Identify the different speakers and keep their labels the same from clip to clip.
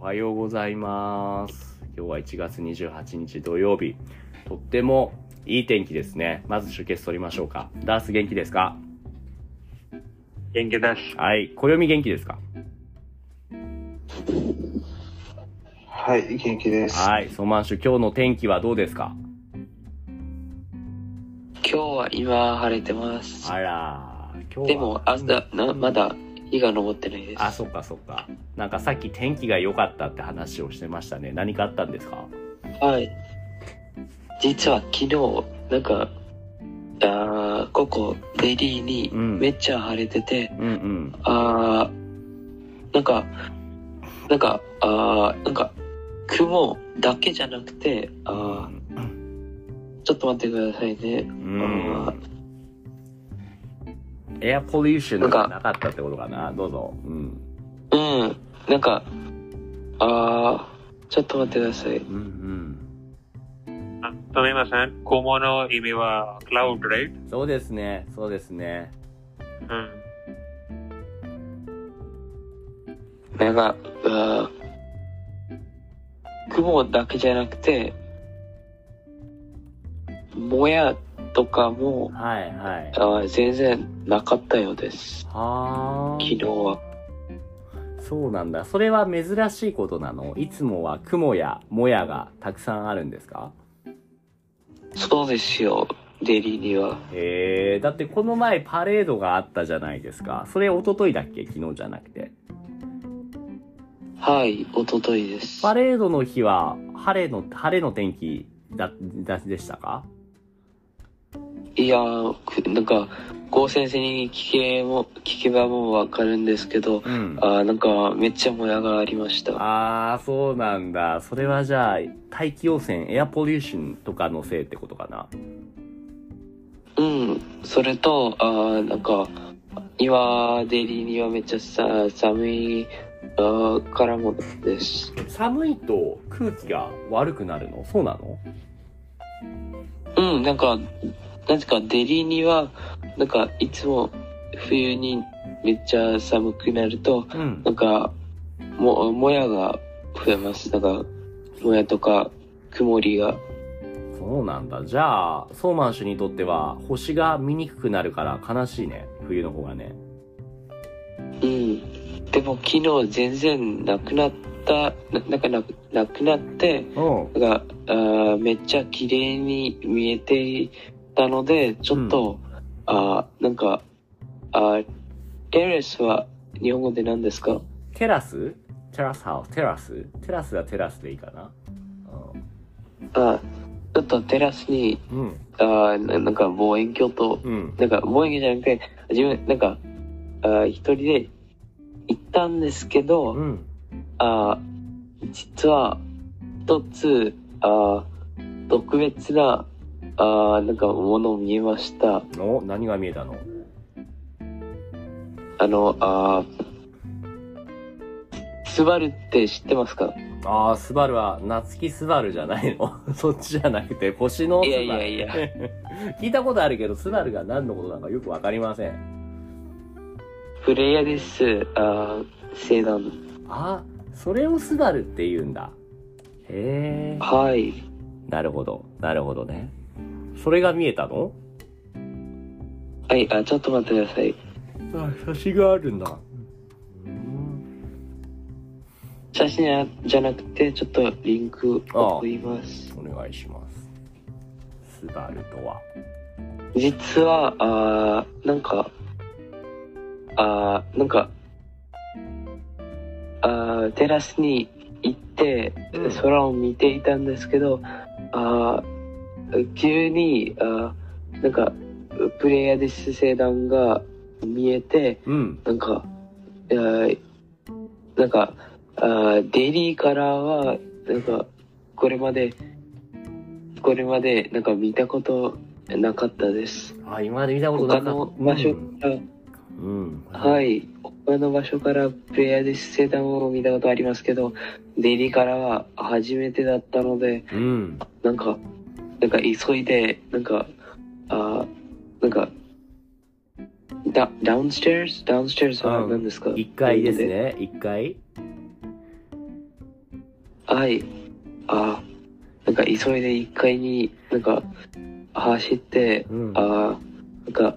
Speaker 1: おはようございます。今日は1月28日土曜日。とってもいい天気ですね。まず出血取りましょうか。ダース元気ですか
Speaker 2: 元気です。
Speaker 1: はい。暦元気ですか
Speaker 3: はい、元気です。
Speaker 1: はい。ソマンシュ、今日の天気はどうですか
Speaker 4: 今日は今晴れてます。
Speaker 1: あら、今日は。
Speaker 4: でも朝なまだ日が昇ってないです。
Speaker 1: あ、そっかそっか。なんかさっき天気が良かったって話をしてましたね。何かあったんですか
Speaker 4: はい。実は昨日なんかあーここデリーに
Speaker 1: うん
Speaker 4: めっちゃ晴れてて、
Speaker 1: うんうん。
Speaker 4: あーなんかなんかあーなんか雲だけじゃなくてあーちょっと待ってくださいね。
Speaker 1: うん
Speaker 4: あー
Speaker 1: エアポリューションがなかったってことかな。どうぞ。うん。
Speaker 4: うんなんかあーちょっと待ってください。
Speaker 1: うんうん。
Speaker 2: あすみません。雲の意味は cloud, right?
Speaker 1: そうですね。そうですね。
Speaker 2: うん。
Speaker 4: なんか、あー雲だけじゃなくて、もやとかも、
Speaker 1: はいはい。
Speaker 4: あー全然なかったようです。
Speaker 1: はあ。
Speaker 4: 昨日は。
Speaker 1: そうなんだ。それは珍しいことなのいつもは雲やもやがたくさんあるんですか
Speaker 4: そうですよ、デリーには。
Speaker 1: へえ、だってこの前パレードがあったじゃないですか。それ一昨日だっけ昨日じゃなくて。
Speaker 4: はい、おとといです。
Speaker 1: パレードの日は晴れの、晴れの天気だ、だ、でしたか
Speaker 4: いやー、くなんか、郷先生に聞けも、聞けばもうわかるんですけど、
Speaker 1: うん。
Speaker 4: あーなんか、めっちゃもやがありました。
Speaker 1: あー、そうなんだ。それはじゃあ、大気汚染、エアポリューションとかのせいってことかな。
Speaker 4: うん、それと、あーなんか、今、デリーにはめっちゃさ寒いあーからもです。
Speaker 1: 寒いと空気が悪くなるのそうなの
Speaker 4: うん、なんか、なぜかデリーには、なんか、いつも冬にめっちゃ寒くなると、
Speaker 1: うん
Speaker 4: な。んか、も、もやが増えます。なんか、もやとか、曇りが。
Speaker 1: そうなんだ。じゃあ、ソーマン氏にとっては、星が見にくくなるから悲しいね。冬の方がね。
Speaker 4: うん。でも、昨日全然なくなった、ななんかなくなくなって、
Speaker 1: うん。
Speaker 4: があーめっちゃ綺麗に見えていたのでちょっと、あーなんかあーテレスは日本語で何ですか
Speaker 1: テラステラスハウステラステラスはテラスでいいかな。
Speaker 4: あーちょっとテラスに
Speaker 1: うん。
Speaker 4: あーななんか望遠鏡と
Speaker 1: うん。
Speaker 4: なんか望遠鏡じゃなくて自分なんかあー一人で行ったんですけど、
Speaker 1: うん。
Speaker 4: あー実は一つあー特別なあーなんかものを見えました。
Speaker 1: お、何が見えたの
Speaker 4: あの、あースバルって知ってますか
Speaker 1: あー、スバルは、夏木スバルじゃないの そっちじゃなくて、星のスバル。
Speaker 4: いやいやいや。
Speaker 1: 聞いたことあるけど、スバルが何のことなのかよくわかりません。
Speaker 4: プレイヤーです。あー星団。
Speaker 1: あ、それをスバルって言うんだ。へえ。
Speaker 4: はい。
Speaker 1: なるほど。なるほどね。それが見えたの
Speaker 4: はい、あ、ちょっと待ってください。
Speaker 1: あ、写真があるんだ。
Speaker 4: 写真じゃじゃなくて、ちょっとリンク送ります。
Speaker 1: お願いします。スバルとは。
Speaker 4: 実は、あーなんか、あーなんか、あーテラスに行って、
Speaker 1: うん
Speaker 4: 空を見ていたんですけど、あー急に、あーなんか、プレイヤーデス星団が見えて、
Speaker 1: うん。
Speaker 4: なんか、あーなんか、あーデリーからは、なんか、これまで、これまで、なんか見たことなかったです。
Speaker 1: あ、今まで見たことなか
Speaker 4: 他
Speaker 1: った。
Speaker 4: の場所から、
Speaker 1: うん。。
Speaker 4: はいい、他の場所からプレイヤーで生誕を見たことありますけど、デリーからは初めてだったので、
Speaker 1: うん。
Speaker 4: なんか、なんか急いで、なんか、あーなんか、ダダウンステアーズダウンステアーズは何ですか
Speaker 1: 一階です。ね。一階
Speaker 4: はい。あなんか急いで1階になんか走って、
Speaker 1: うん。
Speaker 4: あなんか、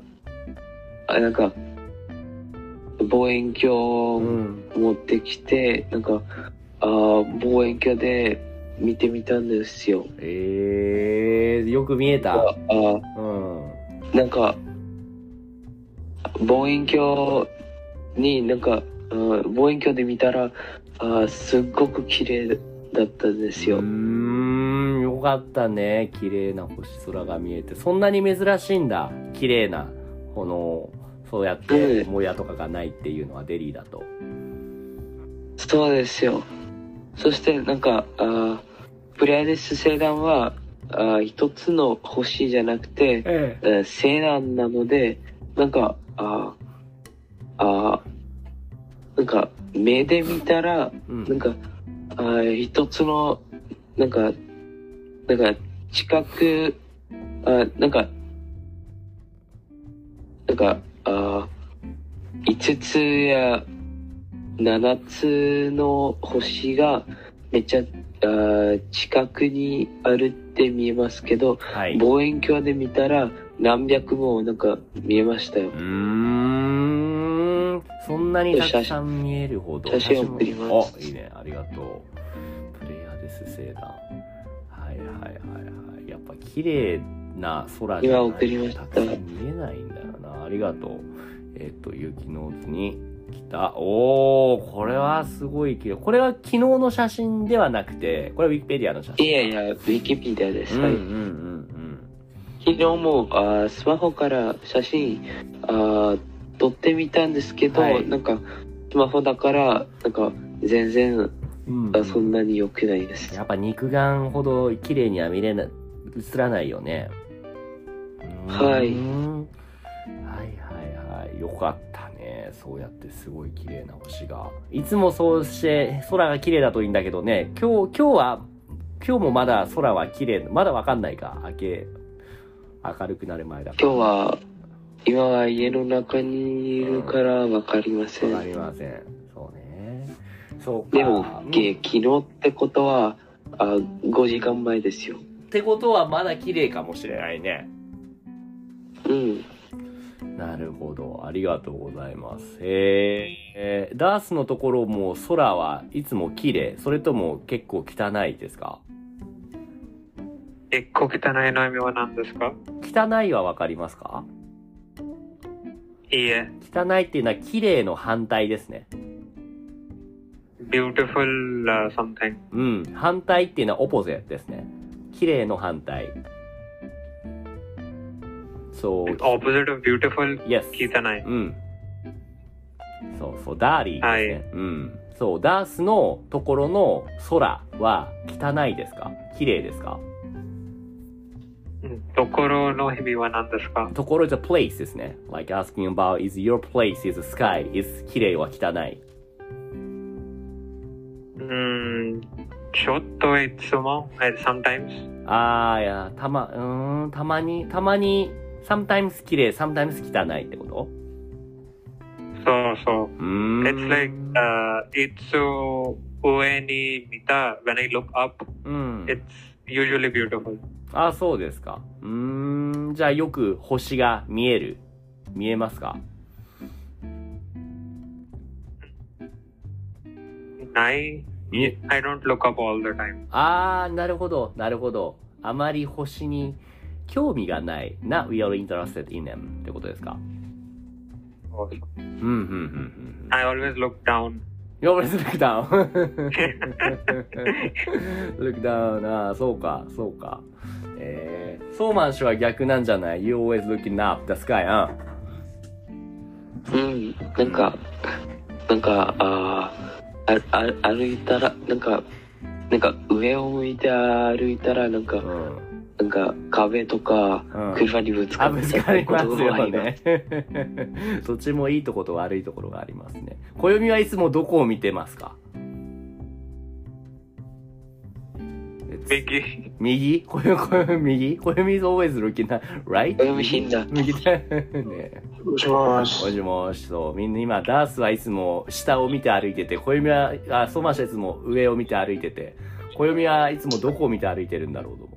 Speaker 4: あなんか、望遠鏡
Speaker 1: う
Speaker 4: を
Speaker 1: ん。
Speaker 4: 持ってきて、なんか、あ望遠鏡で見てみたんですよ。
Speaker 1: えー、よく見えた。
Speaker 4: あ
Speaker 1: うん。
Speaker 4: なんか、望遠鏡になんか、うん望遠鏡で見たら、あすっごく綺麗だったんです
Speaker 1: う
Speaker 4: よ。
Speaker 1: ーん、よかったね。綺麗な星空が見えて。そんなに珍しいんだ。綺麗な、この、そうやって、
Speaker 4: うん
Speaker 1: もやとかがないっていうのはデリーだと。
Speaker 4: そうですよ。そしてなんか、あプレアデス星団は、あ一つの星じゃなくて、
Speaker 1: え
Speaker 4: えー星団なので、なんか、あーあーなんか、目で見たら、
Speaker 1: え。う
Speaker 4: なん
Speaker 1: ん。
Speaker 4: か、あー一つの、なんか、なんか、近く、あーなんか、なんか、あー五つや七つの星がめっちゃ、あー近くにあるって見えますけど、
Speaker 1: はい。う
Speaker 4: 望遠鏡で見たら何百もなんか見えましたよ。
Speaker 1: ーん。そんなにたくさん見えるほど。
Speaker 4: 写真送ります
Speaker 1: あ、いいね。ありがとう。プレイヤーです、星団。はいはいはいはい。やっぱ綺麗な空じゃない
Speaker 4: 今送りました
Speaker 1: くさん見えないんだよな。ありがとう。えっ、と、雪の図に来た。おー、これはすごい綺麗。これは昨日の写真ではなくて、これはウィキペディアの写
Speaker 4: い
Speaker 1: 真。
Speaker 4: やいや、ウィキペディアです。
Speaker 1: うんう
Speaker 4: は
Speaker 1: ん
Speaker 4: い
Speaker 1: うん
Speaker 4: 昨日もあースマホから写真あー撮ってみたんですけど、
Speaker 1: はい
Speaker 4: なんかスマホだからなんか全然
Speaker 1: うん。
Speaker 4: あそんなに良くないです。
Speaker 1: やっぱ肉眼ほど綺麗には見れな映らないよね
Speaker 4: はいう
Speaker 1: ーんはいはいはいよかったねそうやってすごい綺麗な星がいつもそうして空が綺麗だといいんだけどね今日今日は今日もまだ空は綺麗まだわかんないか明け明るくなる前だから
Speaker 4: 今日は今は家の中にいるからわかりません。
Speaker 1: わかりませんそうねそうか
Speaker 4: でも、
Speaker 1: うん
Speaker 4: け昨日ってことはあ5時間前ですよ。
Speaker 1: ってことはまだ綺麗かもしれないね
Speaker 4: うん。
Speaker 1: なるほど。ありがとうございます。へーえー。ダースのところも空はいつも綺麗、それとも結構汚いですか
Speaker 2: 結構汚いの意味は何ですか
Speaker 1: 汚いはわかりますか
Speaker 2: いいえ、
Speaker 1: 汚いっていうのは綺麗の反対ですね。
Speaker 2: beautiful、uh, something。
Speaker 1: うん。反対っていうのはオポゼですね。綺麗の反対。そう。
Speaker 2: opposite of beautiful、
Speaker 1: Yes.
Speaker 2: 汚い。
Speaker 1: うん。そうそう、ダーリーですね。うん。そう、ダースのところの空は汚いですか綺麗ですか
Speaker 2: ところの意味は何ですか
Speaker 1: ところ is a place ですね。like asking about is your place is sky is 綺麗は汚い。
Speaker 2: うん、ちょっといつも、and eh, sometimes。
Speaker 1: ああ、いや、たま、うーん、たまに、たまに、sometimes 綺麗、sometimes 汚いってこと
Speaker 2: そうそう。
Speaker 1: うーん。
Speaker 2: It's like, uh, it's so, 上に見た、when I look up,
Speaker 1: うん。
Speaker 2: it's usually beautiful.
Speaker 1: あ、そうですか。うーん、じゃあよく星が見える。見えますか
Speaker 2: ない
Speaker 1: 見え
Speaker 2: I don't look up all the time.
Speaker 1: あー、なるほど、なるほど。あまり星に興味がない。not really interested in them ってことですかうん、うん、うん、うん。
Speaker 2: I always look down.
Speaker 1: You always look down. look down. ああ、そうか、そうか。えー、ソーマン氏は逆なんじゃない ?You always looking up the sky, うん。
Speaker 4: うん、なんか、なんか、あーあ、あ、歩いたら、なんか、なんか上を向いて歩いたら、なんか
Speaker 1: う、ん。
Speaker 4: なんか壁とか
Speaker 1: うん、
Speaker 4: 車にぶつか
Speaker 1: あ、
Speaker 4: っ
Speaker 1: ぶ
Speaker 4: ち
Speaker 1: つ
Speaker 4: ゃ
Speaker 1: か
Speaker 4: う
Speaker 1: り
Speaker 4: こ
Speaker 1: ま
Speaker 4: と
Speaker 1: す
Speaker 4: もあ
Speaker 1: よ
Speaker 4: ります。
Speaker 1: ね。どっちもいいとこと悪いところがありますね。暦はいつもどこを見てますか It's-
Speaker 2: Biggie.
Speaker 1: 右暦、暦、右暦 is always looking up, right?
Speaker 4: 暦死んだ
Speaker 1: 右だね。
Speaker 3: もしもし。
Speaker 1: もしもし、そう、みんな今、ダースはいつも下を見て歩いてて、小指は、あ、ソマシはいつも上を見て歩いてて、暦はいつもどこを見て歩いてるんだろうと思って。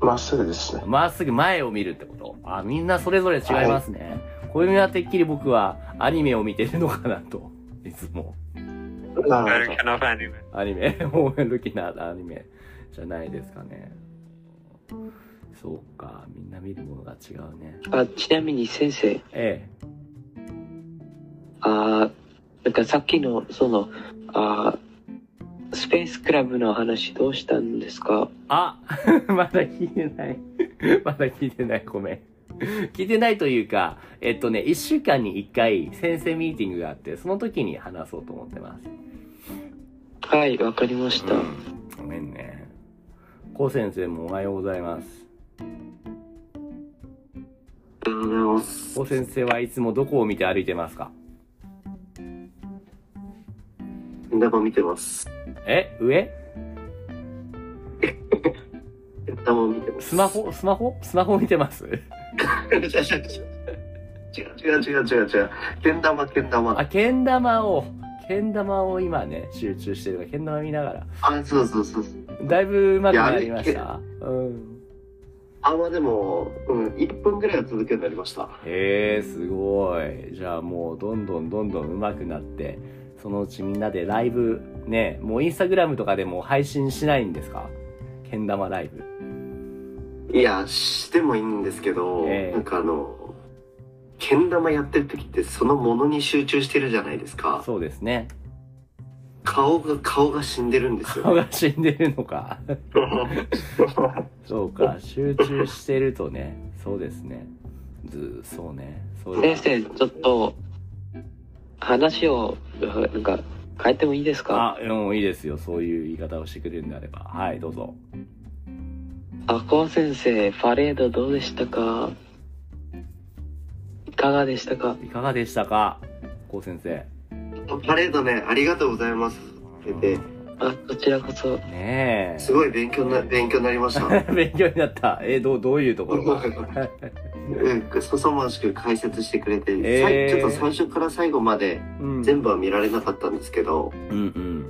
Speaker 3: まっすぐですね。
Speaker 1: まっすぐ前を見るってことあ、みんなそれぞれ違いますね。暦はてっきり僕はアニメを見てるのかなと。いつも。
Speaker 3: なるほ
Speaker 2: Direction of anime.
Speaker 1: アニメ、応援ルキなアニメじゃないですかね。そうか、みんな見るものが違うね。
Speaker 4: あちなみに先生
Speaker 1: え
Speaker 4: あーなんかさっきのそのあースペースクラブの話どうしたんですか
Speaker 1: え。あ まだ聞いてない。 まだ聞いてない、ごめん。聞いてないというか、えっとね、1週間に1回先生ミーティングがあって、その時に話そうと思ってます。
Speaker 4: はいわかりました、
Speaker 1: ごめんね。コ先生もおはようございます。
Speaker 3: ど。
Speaker 1: コ先生はいつもどこを見て歩いてますか
Speaker 3: 枝も見てます。
Speaker 1: え上
Speaker 3: 枝も見てま
Speaker 1: スマホスマホスマホ見てます
Speaker 3: 違う違う違う違う違う違う。けん玉けん玉。
Speaker 1: あ、けん玉を、けん玉を今ね、集中してるから、けん玉見ながら。
Speaker 3: あ、そうそうそうそう。
Speaker 1: だいぶ上手くなりました。うん。
Speaker 3: あ、まあでも、うん、1分ぐらいは続くようになりました。
Speaker 1: へえ、すごい。じゃあもう、どんどんどんどん上手くなって、そのうちみんなでライブ、ね、もうインスタグラムとかでも配信しないんですかけん玉ライブ。
Speaker 3: いや、してもいいんですけど、
Speaker 1: ええ
Speaker 3: なんかあの、けん玉やってる時ってそのものに集中してるじゃないですか。
Speaker 1: そうですね。
Speaker 3: 顔が、顔が死んでるんです
Speaker 1: 顔
Speaker 3: よ。
Speaker 1: が死んでるのか。 そうか、集中してるとね、そうですね。ず、そうね。そうで
Speaker 4: 先
Speaker 1: す。
Speaker 4: 生ちょっと話をなんか変えてもいいですか
Speaker 1: あ、うん、いいですよ。そういう言い方をしてくれるんであれば。はい、どうぞ。
Speaker 4: あこう先生パレードどうでしたかいかがでしたか
Speaker 1: いかがでしたかこう先生。
Speaker 3: パレードね、ありがとうございます。で
Speaker 4: あこちらこそ
Speaker 1: ねえ。
Speaker 3: すごい勉強な、勉強になりました。
Speaker 1: 勉強になった。え、どう、どういうところが
Speaker 3: うん、そそましく解説してくれて、
Speaker 1: ええ
Speaker 3: さいちょっと最初から最後まで
Speaker 1: うん。
Speaker 3: 全部は見られなかったんですけど、
Speaker 1: うんうん。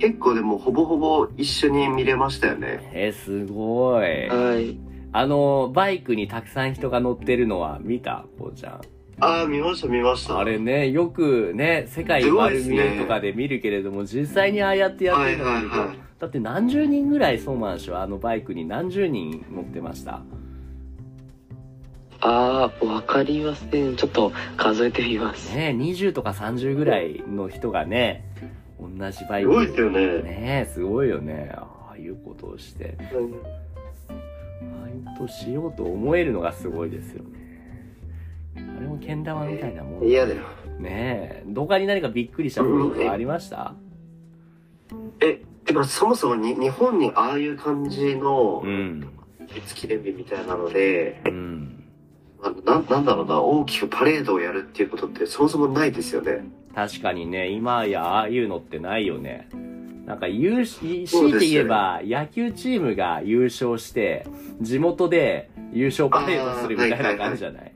Speaker 3: 結構でもほぼほぼ一緒に見れましたよね。
Speaker 1: え、すごい。
Speaker 4: はい
Speaker 1: あの、バイクにたくさん人が乗ってるのは見たこうちゃん。
Speaker 3: ああ、見ました見ました。
Speaker 1: あれね、よくね、世界
Speaker 3: すごい
Speaker 1: 丸
Speaker 3: です
Speaker 1: 見
Speaker 3: ね
Speaker 1: えとかで見るけれども、実際にああやってやっ
Speaker 3: は
Speaker 1: てる
Speaker 3: い
Speaker 1: のを
Speaker 3: は
Speaker 1: 見
Speaker 3: い
Speaker 1: ると、
Speaker 3: はい。
Speaker 1: だって何十人ぐらいソーマン氏はあのバイクに何十人乗ってました。
Speaker 4: あーわかりませんちょっと数えてみます
Speaker 1: ねえ、20とか30ぐらいの人がね、同じバイ
Speaker 3: す
Speaker 1: ク
Speaker 3: ごいですよ
Speaker 1: ね。
Speaker 3: ね。
Speaker 1: ねえ、すごいよね。ああいうことをして、ああいうことをしようと思えるのがすごいですよね。あれもけん玉みたいなもん
Speaker 3: 嫌だよ。
Speaker 1: ねえ、他に何かびっくりしたこととかありました
Speaker 3: え、てかそもそもに日本にああいう感じの
Speaker 1: うん。
Speaker 3: 月記念日みたいなので、
Speaker 1: うん。
Speaker 3: あのななんだろうな、大きくパレードをやるっていうことってそもそもないですよね。
Speaker 1: 確かにね、今やああいうのってないよね。なんか優勝、
Speaker 3: そ
Speaker 1: 強
Speaker 3: う
Speaker 1: い
Speaker 3: ですよね
Speaker 1: て言えば、野球チームが優勝して、地元で優勝パレードするみたいな感じじゃない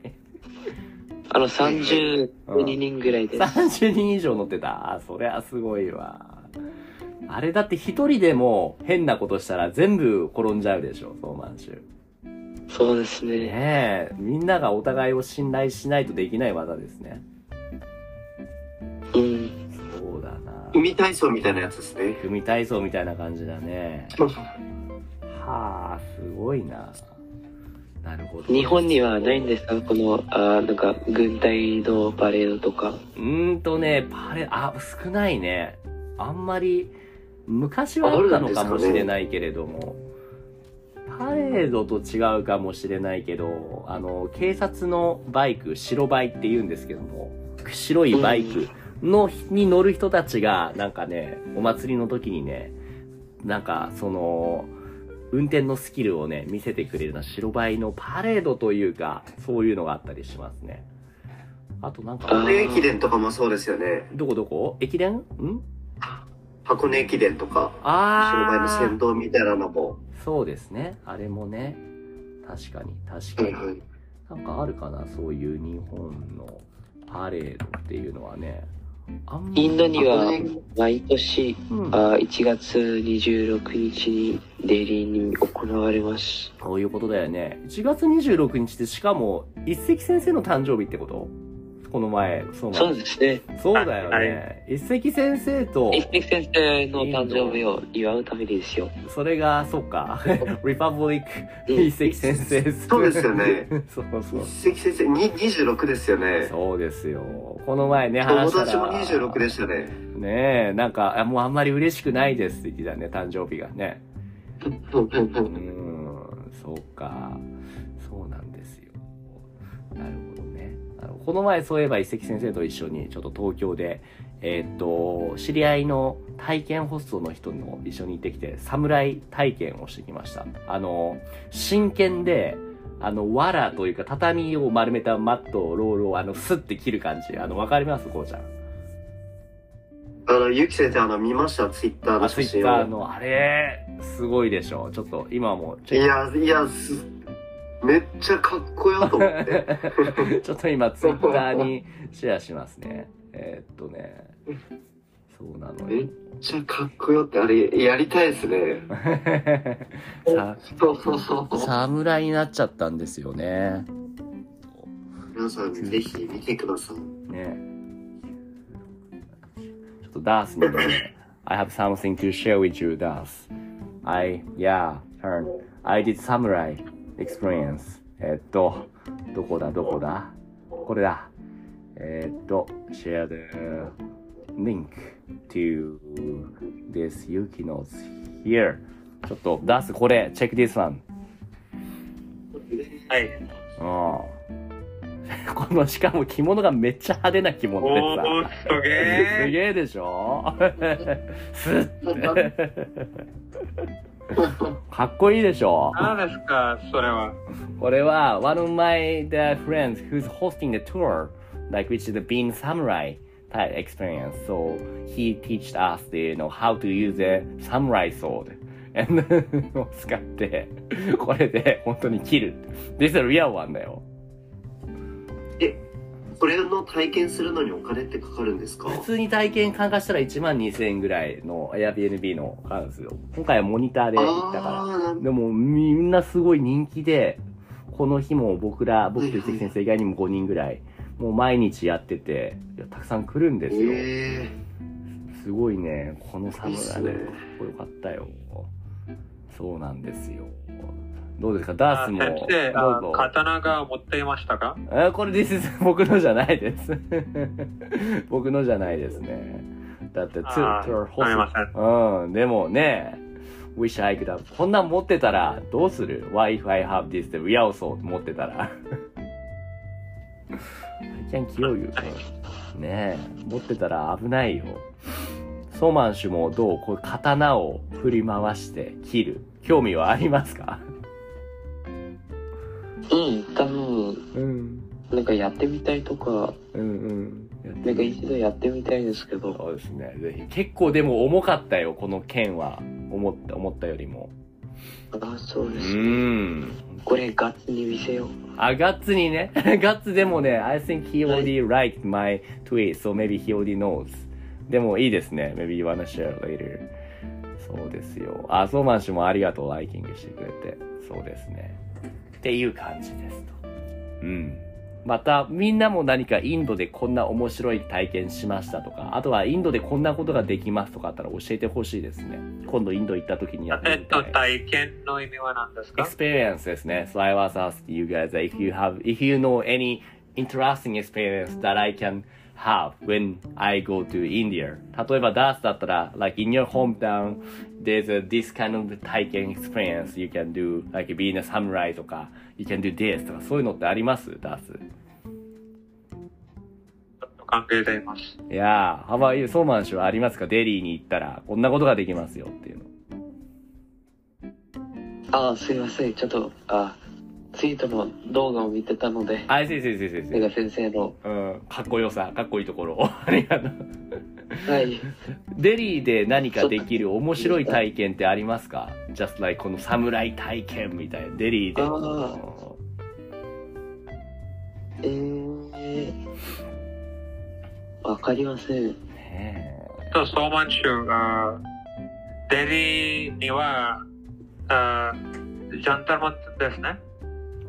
Speaker 4: あの32人ぐらいです、
Speaker 1: ?30 人以上乗ってた。あ、そりゃすごいわ。あれだって一人でも変なことしたら全部転んじゃうでしょ、そうマンシュ。
Speaker 4: そうですね
Speaker 1: ねえ、みんながお互いを信頼しないとできない技ですね。
Speaker 4: うん
Speaker 1: そうだな。
Speaker 3: 海体操みたいなやつですね。
Speaker 1: 組体操みたいな感じだね。はあ、すごいな。なるほど。
Speaker 4: 日本にはないんですかこのあーなんか軍隊のパレードとか
Speaker 1: うーんとね、パレ、あ、少ないね。あんまり、昔は
Speaker 3: あ
Speaker 1: あ
Speaker 3: る
Speaker 1: っ
Speaker 3: んで
Speaker 1: た
Speaker 3: すか
Speaker 1: の
Speaker 3: ね
Speaker 1: かもしれないけれども、パレードと違うかもしれないけど、あの、警察のバイク、白バイって言うんですけども、白いバイクの、に乗る人たちが、なんかね、お祭りの時にね、なんか、その、運転のスキルをね、見せてくれるような白バイのパレードというか、そういうのがあったりしますね。あとなんか、
Speaker 4: あー
Speaker 3: 箱根駅伝とかもそうですよね。
Speaker 1: どこどこ駅伝ん
Speaker 3: 箱根駅伝とか、白バイの
Speaker 1: あ
Speaker 3: 先導みたいなのも。
Speaker 1: あそうですね。あれもね。確かに、
Speaker 3: はい
Speaker 1: 確か
Speaker 3: は
Speaker 1: に。
Speaker 3: い。
Speaker 1: なんかあるかなそういう日本のパレードっていうのはね。あんま
Speaker 4: インドには
Speaker 3: あこれ
Speaker 4: 毎年
Speaker 1: うん、
Speaker 4: あ1月26日にデリーに行われます
Speaker 1: そういうことだよね。1月26日ってしかも、一石先生の誕生日ってことこの前、そう
Speaker 4: そ
Speaker 1: そう
Speaker 4: ですね
Speaker 1: そうだよね。一石先生と、
Speaker 4: 一石先生の誕生日を祝うためにですよ
Speaker 1: それが、そっか、リパブリック
Speaker 4: うん
Speaker 1: 一石先生です
Speaker 3: そうですよね。
Speaker 1: そうそう。
Speaker 3: 一石先生に26ですよね
Speaker 1: そうですよ。この前ね、
Speaker 3: 友
Speaker 1: 話したら。
Speaker 3: 達も26でしたね
Speaker 1: ねえ、なんか、あもうあんまり嬉しくないですって言ってたね、誕生日がね。うーん、そうか。そうなんですよ。なるほどね。あのこの前、そういえば一石先生と一緒に、ちょっと東京で、えーっと、知り合いの体験ホストの人の一緒に行ってきて、侍体験をしてきました。あの、真剣で、あの、藁というか、畳を丸めたマットをロールを、あの、スッて切る感じ。あの、わかりますこうちゃん。
Speaker 3: あのゆき先生あの見ましたツイッターの
Speaker 1: あ、ツ
Speaker 3: 写
Speaker 1: イッ
Speaker 3: 真
Speaker 1: ター
Speaker 3: を
Speaker 1: の、あれ、すごいでしょ。ちょっと、今はもう、
Speaker 3: いやいやすめっちゃかっこよと思 って
Speaker 1: ちょっと今ツイッターにシェアしますね。えーっとね。そうなのよ。
Speaker 3: めっちゃかっこよってあれやりたいです ね
Speaker 1: さ
Speaker 3: そうそうそう
Speaker 1: 侍になっちゃったんですよね。
Speaker 3: 皆さんぜひ見てください
Speaker 1: ね。ちょっとダー スにね。I have something to share with you, ダース。I, yeah, turn. I did samurai experience. えーっと、どこだどこだこれだ。えーっと、share the link to this Yukino's here. ちょっと、ダースこれ、check this one.
Speaker 2: はい。
Speaker 1: うん。 この、しかも着物がめっちゃ派手な着物で
Speaker 2: お
Speaker 1: さ。
Speaker 2: ー、すげ
Speaker 1: す
Speaker 2: え。
Speaker 1: げえでし ょすかっこいいでしょ
Speaker 2: 何ですか、それは。
Speaker 1: これは one of my the friends who's hosting the tour like which is the bean samurai type experience so he teached us the, you know how to use a samurai sword and を使ってこれで本当に切る this is a real one だよ
Speaker 3: これの体験するのにお金ってかかるんですか
Speaker 1: 普通に体験参加したら1万2000円ぐらいの Airbnb のあるんですよ今回はモニターで行ったから
Speaker 3: あーなん
Speaker 1: でもみんなすごい人気で、この日も僕ら、僕と一石先生以外にも5人ぐらい、もう毎日やってて、いやたくさん来るんですよ。
Speaker 3: え
Speaker 1: すごいね、この
Speaker 3: えいい
Speaker 1: 侍
Speaker 3: っす
Speaker 1: ね、
Speaker 3: ね
Speaker 1: かっこよかったよ。そうなんですよ。どうですかダースも、
Speaker 2: あ先生
Speaker 1: どう
Speaker 2: あ
Speaker 1: ぞ。
Speaker 2: 刀が持っていましたか
Speaker 1: あこれ This is 僕のじゃないです。 僕のじゃないですね。だって、ツ
Speaker 2: あ
Speaker 1: ー、
Speaker 2: ー
Speaker 1: ツー、
Speaker 2: すみません。
Speaker 1: うん、でもね、wish I could have. こんなん持ってたらどうする ?Why if I have this って real so 持ってたら。I can kill you. ねえ、持ってたら危ないよ。ソーマン氏もどうこう刀を振り回して切る。興味はありますか
Speaker 4: うん多分
Speaker 1: うん。
Speaker 4: なんかやってみたいとか
Speaker 1: うんうん。
Speaker 4: なんか一度やってみたいですけど
Speaker 1: そうですね。ぜひ。結構でも重かったよ、この剣は。思った、思ったよりも。
Speaker 4: あそう
Speaker 1: う
Speaker 4: です
Speaker 1: ん。
Speaker 4: これガッツに見せよう
Speaker 1: あ、ガッツにね。 ガッツでもね、I think he already liked my tweet, so maybe he already knows. でもいいですね。Maybe you wanna share later. そうですよ。あ、ソーマン氏もありがとう、ライキングしてくれて。そうですね。っていう感じですと。うん。また、みんなも何かインドでこんな面白い体験しましたとか、あとはインドでこんなことができますとかあったら教えてほしいですね。今度インド行った時にやって
Speaker 2: え
Speaker 1: み
Speaker 2: ったと、
Speaker 1: い。
Speaker 2: 体験の意味は何ですか
Speaker 1: experience ですね。So I was asking you guys that if you have, if you know any interesting experience that I can have when I go to India. 例えばダースだったら、like in your hometown, there's a, this kind of 体験 experience you can do, like being a samurai とか、you can do this とか、そういうのってありますダース。
Speaker 2: ちょっと考えています。
Speaker 1: いやー、ハワイ、ソーマン氏はありますかデリーに行ったら、こんなことができますよっていうの。
Speaker 4: あすいませんちょっとあツイートの動画を見てたので
Speaker 1: あ、先生先生
Speaker 4: なん
Speaker 1: 先
Speaker 4: か先生の
Speaker 1: 生。うん、かっこよさ、かっこいいところを。ありがとう。
Speaker 4: はい
Speaker 1: デリーで何かできる面白い体験ってありますか ?just like この侍体験みたいな。デリーで。
Speaker 4: あえー、わかりません。
Speaker 1: ねえ
Speaker 2: So, so much uh, Delhi niwa uh, Jantar Mantar desu ne?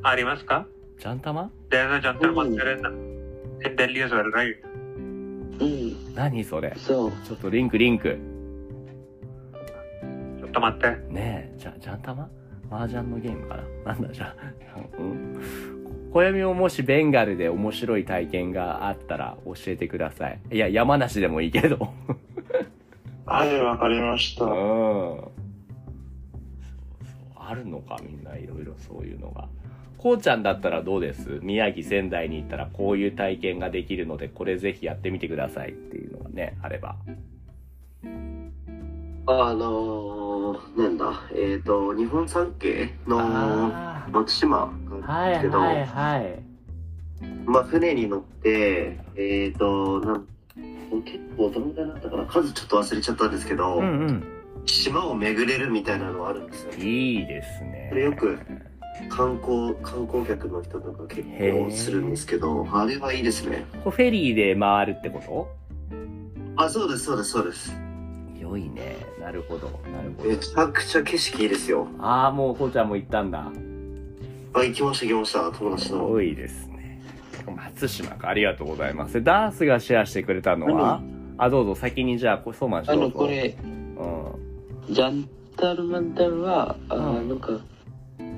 Speaker 2: Arimasu ka?
Speaker 1: ジャン玉
Speaker 2: There is a Jantar
Speaker 4: Mm.
Speaker 2: Mantar in, in Delhi as well, right?
Speaker 4: うん、
Speaker 1: 何それ
Speaker 4: そう。
Speaker 1: ちょっとリンクリンク。
Speaker 2: ちょっと待って。
Speaker 1: ねえ、じゃ、じゃんたま麻雀のゲームかななんだじゃん。うん暦ももしベンガルで面白い体験があったら教えてください。いや、山梨でもいいけど。
Speaker 5: はい、わかりまし
Speaker 1: う
Speaker 5: た。
Speaker 1: ん。あるのかみんないろいろそういうのが。こうちゃんだったらどうです宮城仙台に行ったらこういう体験ができるのでこれぜひやってみてくださいっていうのがねあれば
Speaker 3: あのー、なんだ、えっ、と、日本三景の
Speaker 1: あ
Speaker 3: 松島があるんですけど、
Speaker 1: はい
Speaker 3: まあ、船に乗って、えっ、と、なん結構どのぐらいだったかな、数ちょっと忘れちゃったんですけど、
Speaker 1: うん
Speaker 3: 島を巡れるみたいなのがあるんですよ
Speaker 1: うん。いいですね
Speaker 3: それよく観光、観光客の人とか結
Speaker 1: へー
Speaker 3: 構するんですけど、あれはいいですね。
Speaker 1: こうフェリーで回るってこと
Speaker 3: あ、そうです、そうです、そうです。
Speaker 1: 良いねなるほどなるほ
Speaker 3: め
Speaker 1: ど
Speaker 3: ちゃくちゃ景色いいですよ。
Speaker 1: ああもうこうちゃんも行ったんだ
Speaker 3: あ、行きました、行きました、友達の。
Speaker 1: 多いですね松島かありがとうございますダースがシェアしてくれたのはあどうぞ先にじゃあこそうまんし
Speaker 4: あ
Speaker 1: どう
Speaker 4: の、
Speaker 1: ぞ
Speaker 4: これ、
Speaker 1: うん
Speaker 4: ジャンタルマンタルは、あー
Speaker 1: うん
Speaker 4: なんか、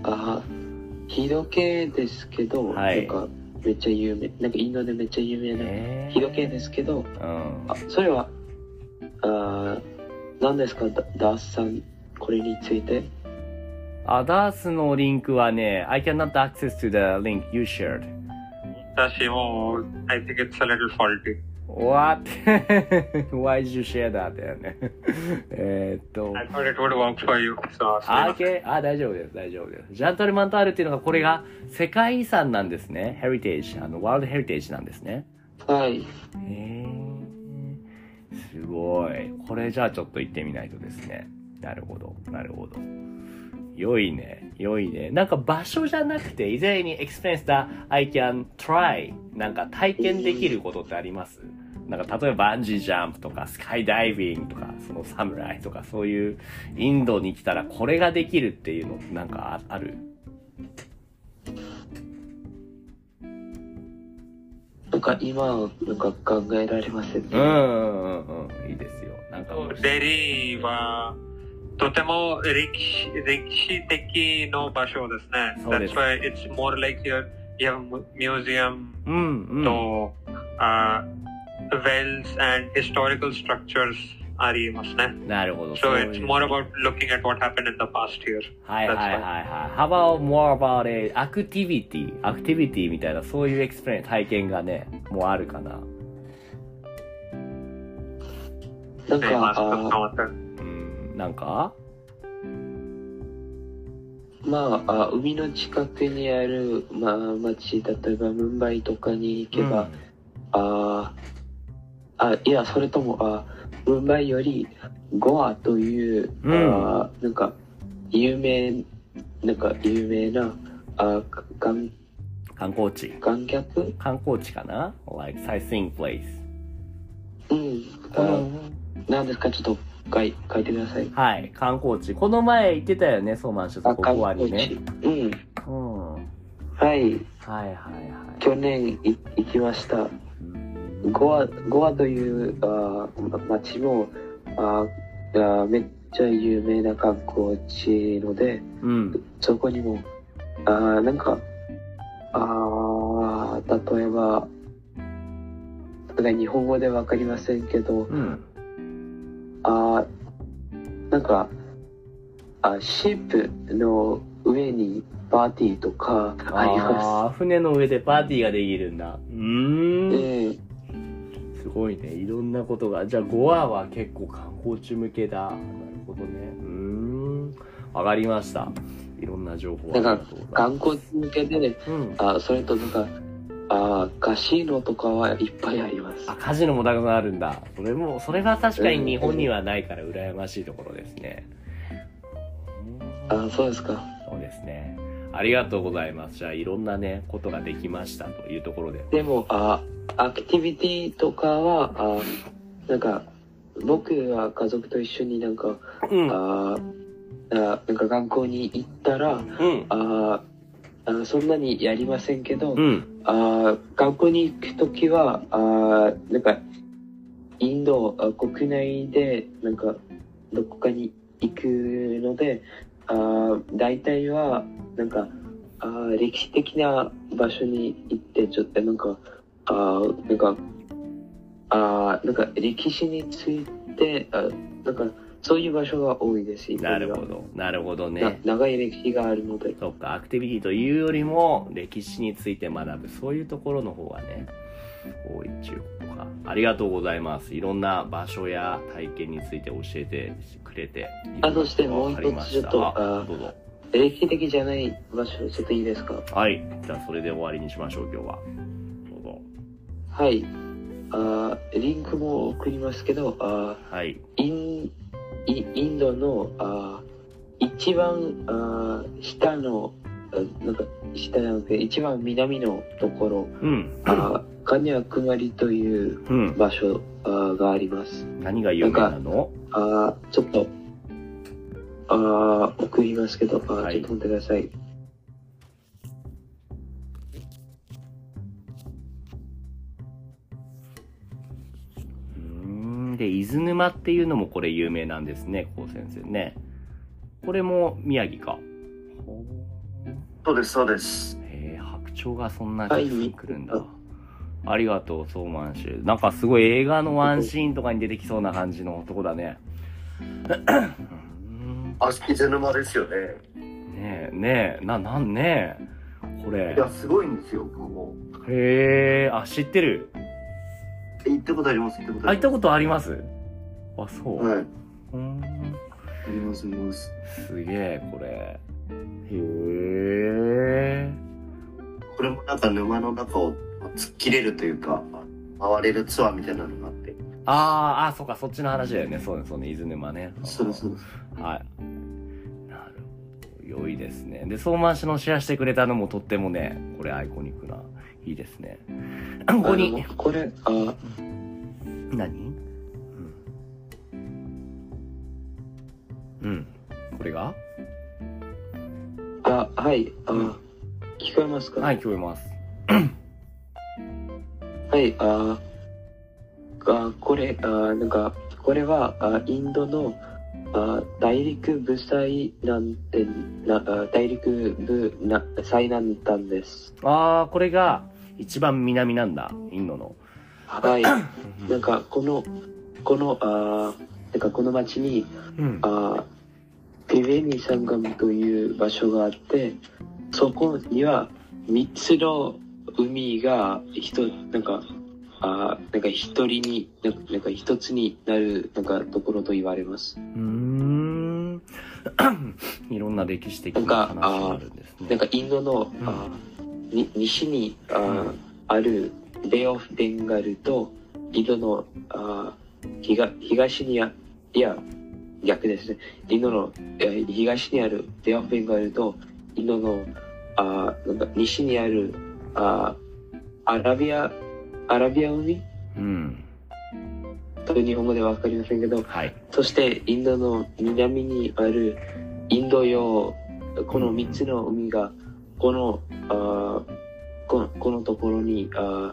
Speaker 4: あー日時計ですけど、
Speaker 1: はい
Speaker 4: なんか、めっちゃ有名、なんかインドでめっちゃ有名な
Speaker 1: え
Speaker 4: 日時計ですすけど、
Speaker 1: うん
Speaker 4: あそれは、あー何ですか、ダダースさん、これについて。
Speaker 1: あダースのリンクはね I cannot access to the link you shared
Speaker 2: 私も、I think it's a little faulty.
Speaker 1: What? Why did you share that? だよね えーっと
Speaker 2: I thought it would work for you. So,
Speaker 1: あ、OK。あ、大丈夫です。大丈夫です。ジャントルマンタールっていうのが、これが世界遺産なんですね。ヘリテージ。あの、ワールドヘリテージなんですね。
Speaker 4: はい。
Speaker 1: へえ。すごい。これじゃあちょっと行ってみないとですね。なるほど。なるほど。良いね。良いね。なんか場所じゃなくて、以前に experience that I can try なんか体験できることってありますなんか例えばバンジージャンプとかスカイダイビングとかそのサムライとかそういうインドに来たらこれができるっていうのなんかあある
Speaker 4: なんか、今は、なんか考えられませんね。
Speaker 1: うんうんうんうん。いいですよ。なんかもう
Speaker 2: Delhi は、とても歴史歴史的の場所ですね。
Speaker 1: そうです
Speaker 2: That's why it's more like here, you have mu- museum
Speaker 1: うんうん。
Speaker 2: と、uh, wells and historical structures ありますね。
Speaker 1: なるほど。
Speaker 2: So
Speaker 1: そういう
Speaker 2: it's more about looking at what happened in the past here.
Speaker 1: はいはいはい
Speaker 2: That's
Speaker 1: はい。How about more about a activity? activity みたいな、そういうエクスプレイン、体験がね、もうあるかな。
Speaker 4: なん
Speaker 2: ねまあ
Speaker 4: か、
Speaker 2: ちょっと
Speaker 4: あ
Speaker 2: 待って
Speaker 1: うん、なんか
Speaker 4: ーまああー、海の近くにある、まあ、町、例えば、ムンバイとかに行けば、あーあ、いや、それとも、あームンバイより、ゴアという、
Speaker 1: うん
Speaker 4: あーなんか、有名、なんか、有名な、あー、観
Speaker 1: 観光地。
Speaker 4: 観客
Speaker 1: 観光地かな ?like sightseeing place.
Speaker 4: うん。
Speaker 1: この
Speaker 4: あ、ーなんですか、ちょっと、書い書いてください。
Speaker 1: はい、観光地。この前言ってたよね、ソーマンシュ
Speaker 4: あ、
Speaker 1: さん、こ
Speaker 4: 観
Speaker 1: こは
Speaker 4: 光
Speaker 1: にね
Speaker 4: 地。。うん。
Speaker 1: うん。はいは
Speaker 4: はい。
Speaker 1: いはい。
Speaker 4: 去年い行きました。ゴア、ゴアという、あーま町も、あーあーめっちゃ有名な観光地ので、
Speaker 1: うん。
Speaker 4: そこにも、あーなんか、あー例えば、なんか日本語でわかりませんけど、
Speaker 1: うん。
Speaker 4: あーなんか、あシップの上にパーティーとかありま
Speaker 1: ああ、船の上でパーティーができるんだ。う
Speaker 4: す。
Speaker 1: ーん。
Speaker 4: ええ
Speaker 1: すごいねいろんなことがじゃあゴアは結構観光地向けだなるほどねうーん上がりましたいろんな情報ありがとうござい
Speaker 4: 観光地向けでね、
Speaker 1: ますうん
Speaker 4: あそれとなんか、あカシノとかはいっぱいあります。
Speaker 1: あカジノもたくさんあるんだそれもそれは確かに日本にはないから羨ましいところですね
Speaker 4: あそうですか。
Speaker 1: そうですねありがとうございますじゃあいろんなねことができましたというところで
Speaker 4: でも、あアクティビティとかは、あなんか、僕は家族と一緒になんか、
Speaker 1: うん。
Speaker 4: ああなんか学校に行ったら、
Speaker 1: うん。
Speaker 4: ああのそんなにやりませんけど、
Speaker 1: うん。
Speaker 4: あー学校に行くときは、あーなんか、インド、あ国内で、なんか、どこかに行くので、あー大体は、なんか、あー歴史的な場所に行って、ちょっと、なんか、あーなんか、あーなんか、歴史について、あなんか、そういう場所が多いです、インドに
Speaker 1: な
Speaker 4: は
Speaker 1: るほど。なるほど
Speaker 4: な
Speaker 1: ね。
Speaker 4: 長い歴史があるので。
Speaker 1: そうか、アクティビティというよりも、歴史について学ぶ、そういうところの方がね、多いっちゅうことか。ありがとうございます。いろんな場所や体験について教えてくれて。
Speaker 4: あそしてもう
Speaker 1: わ
Speaker 4: 一つ
Speaker 1: かりました
Speaker 4: ちょっと
Speaker 1: あ
Speaker 4: あ
Speaker 1: どうぞ。
Speaker 4: 歴史的じゃない場所、ちょっといいですか
Speaker 1: はい。じゃあ、それで終わりにしましょう、今日は。どうぞ。
Speaker 4: はい。あーリンクも送りますけど、あ
Speaker 1: はい。
Speaker 4: ーインイインドのあー一番あー下の、あなんか下じゃなくて、一番南のところ、
Speaker 1: うん。
Speaker 4: あーカニャクマリという
Speaker 1: うん。
Speaker 4: 場所あーがあります。
Speaker 1: 何が有名なの
Speaker 4: あーちょっと、あー送りますけど、あー
Speaker 1: はい
Speaker 4: ちょっと待ってください。
Speaker 1: うーんで、伊豆沼っていうのもこれ有名なんですね、こう先生ね。これも宮城か。ほう
Speaker 3: そうです、そうです。
Speaker 1: へえ、白鳥がそんな
Speaker 4: は
Speaker 1: 近
Speaker 4: い
Speaker 1: くに来るんだ
Speaker 4: あ。
Speaker 1: ありがとう、ソーマンシュ。なんかすごい映画のワンシーンとかに出てきそうな感じの男だね。うん
Speaker 3: あ、伊豆沼ですよね。
Speaker 1: ねえ、ねえ、な、なんねえ。これ
Speaker 3: い。や、すごいんですよ、ここ。
Speaker 1: へえ、あ、知ってる。
Speaker 3: え行ったことあります、行ったこと
Speaker 1: あ、
Speaker 3: あ
Speaker 1: 行っ
Speaker 3: りま
Speaker 1: たことありますあ、そう。
Speaker 3: す。はい。
Speaker 1: うん
Speaker 3: あります、あります。
Speaker 1: すげえ、これ。へえ。
Speaker 3: これもなんか沼の中を突っ切れるというか、回れるツアーみたいなのがあって。
Speaker 1: あーあ、そっか、そっちの話だよね。そうね、そうね、伊豆沼ね。
Speaker 3: そうです、そうです。
Speaker 1: はい。なるほど。良いですね。で、相馬市のシェアしてくれたのもとってもね、これアイコニックな、いいですね。ここに、
Speaker 4: あのこれ、あー
Speaker 1: 何うん。うん。これが
Speaker 4: あ、はい、あー聞こえますか
Speaker 1: はい、聞こえます。
Speaker 4: はい、あーあーこれ、あーなんか、これは、あーインドの、あー大陸部災難点、なあー大陸部な災難端です。
Speaker 1: ああ、これが一番南なんだ、インドの。
Speaker 4: はい、なんか、この、この、あーなんか、この町に、
Speaker 1: うん
Speaker 4: あ。ーティベニサンガムという場所があって、そこには、三つの海が、ひと、なんか、あーなんか一人に、なんかなんか一つになる、なんかところと言われます。
Speaker 1: うーんいろんな歴史的な話があるんですね。
Speaker 4: なんかインドの、あーに西にあー、あるベオフ・ベンガルと、インドのあー東東にあ、いや、逆ですね。インドのえー東にあるベオフ・ベンガルと、インドのあーなんか西にあるあーアラビア、アラビア海
Speaker 1: うん。
Speaker 4: と日本語ではわかりませんけど、
Speaker 1: はい。
Speaker 4: そしてインドの南にあるインド洋この3つの海がこのあーこのこのところにあ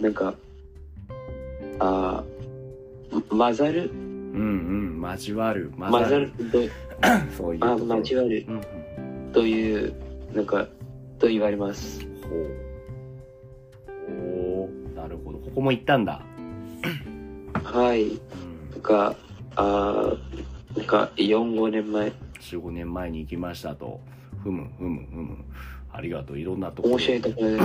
Speaker 4: ーなんかあー混ざる
Speaker 1: うんうん。交わる。
Speaker 4: 混ざると
Speaker 1: そういうとこ
Speaker 4: あ
Speaker 1: ろ。
Speaker 4: ー交わる
Speaker 1: うんうん。
Speaker 4: というなんかと言われます
Speaker 1: ほう。おーなるほど。ここも行ったんだ。
Speaker 4: はい
Speaker 1: うん
Speaker 4: なんかあーなんか45年前
Speaker 1: 15年前に行きましたと。ふむふむふむ。ありがとう。いろんなところ。
Speaker 4: 面白いところです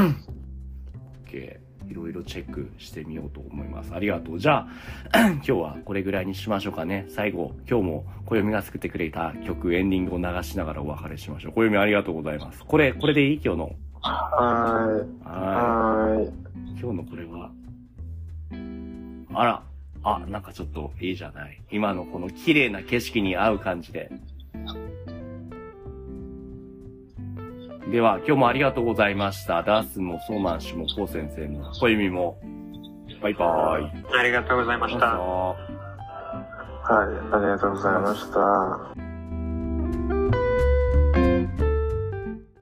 Speaker 1: OK いろいろチェックしてみようと思います。ありがとう。じゃあ、 今日はこれぐらいにしましょうかね。最後、今日も暦が作ってくれた曲、エンディングを流しながらお別れしましょう。暦ありがとうございます。これ、これでいい今日の。
Speaker 5: はーい。
Speaker 1: は
Speaker 5: はーい。
Speaker 1: い。今日のこれは。あら。あ、なんかちょっといいじゃない。今のこの綺麗な景色に合う感じで。では、今日もありがとうございました。ダースもソーマン氏もコウ先生も、小弓も。バイバイ。
Speaker 2: ありがとうございました。
Speaker 5: はい、ありがとうございました。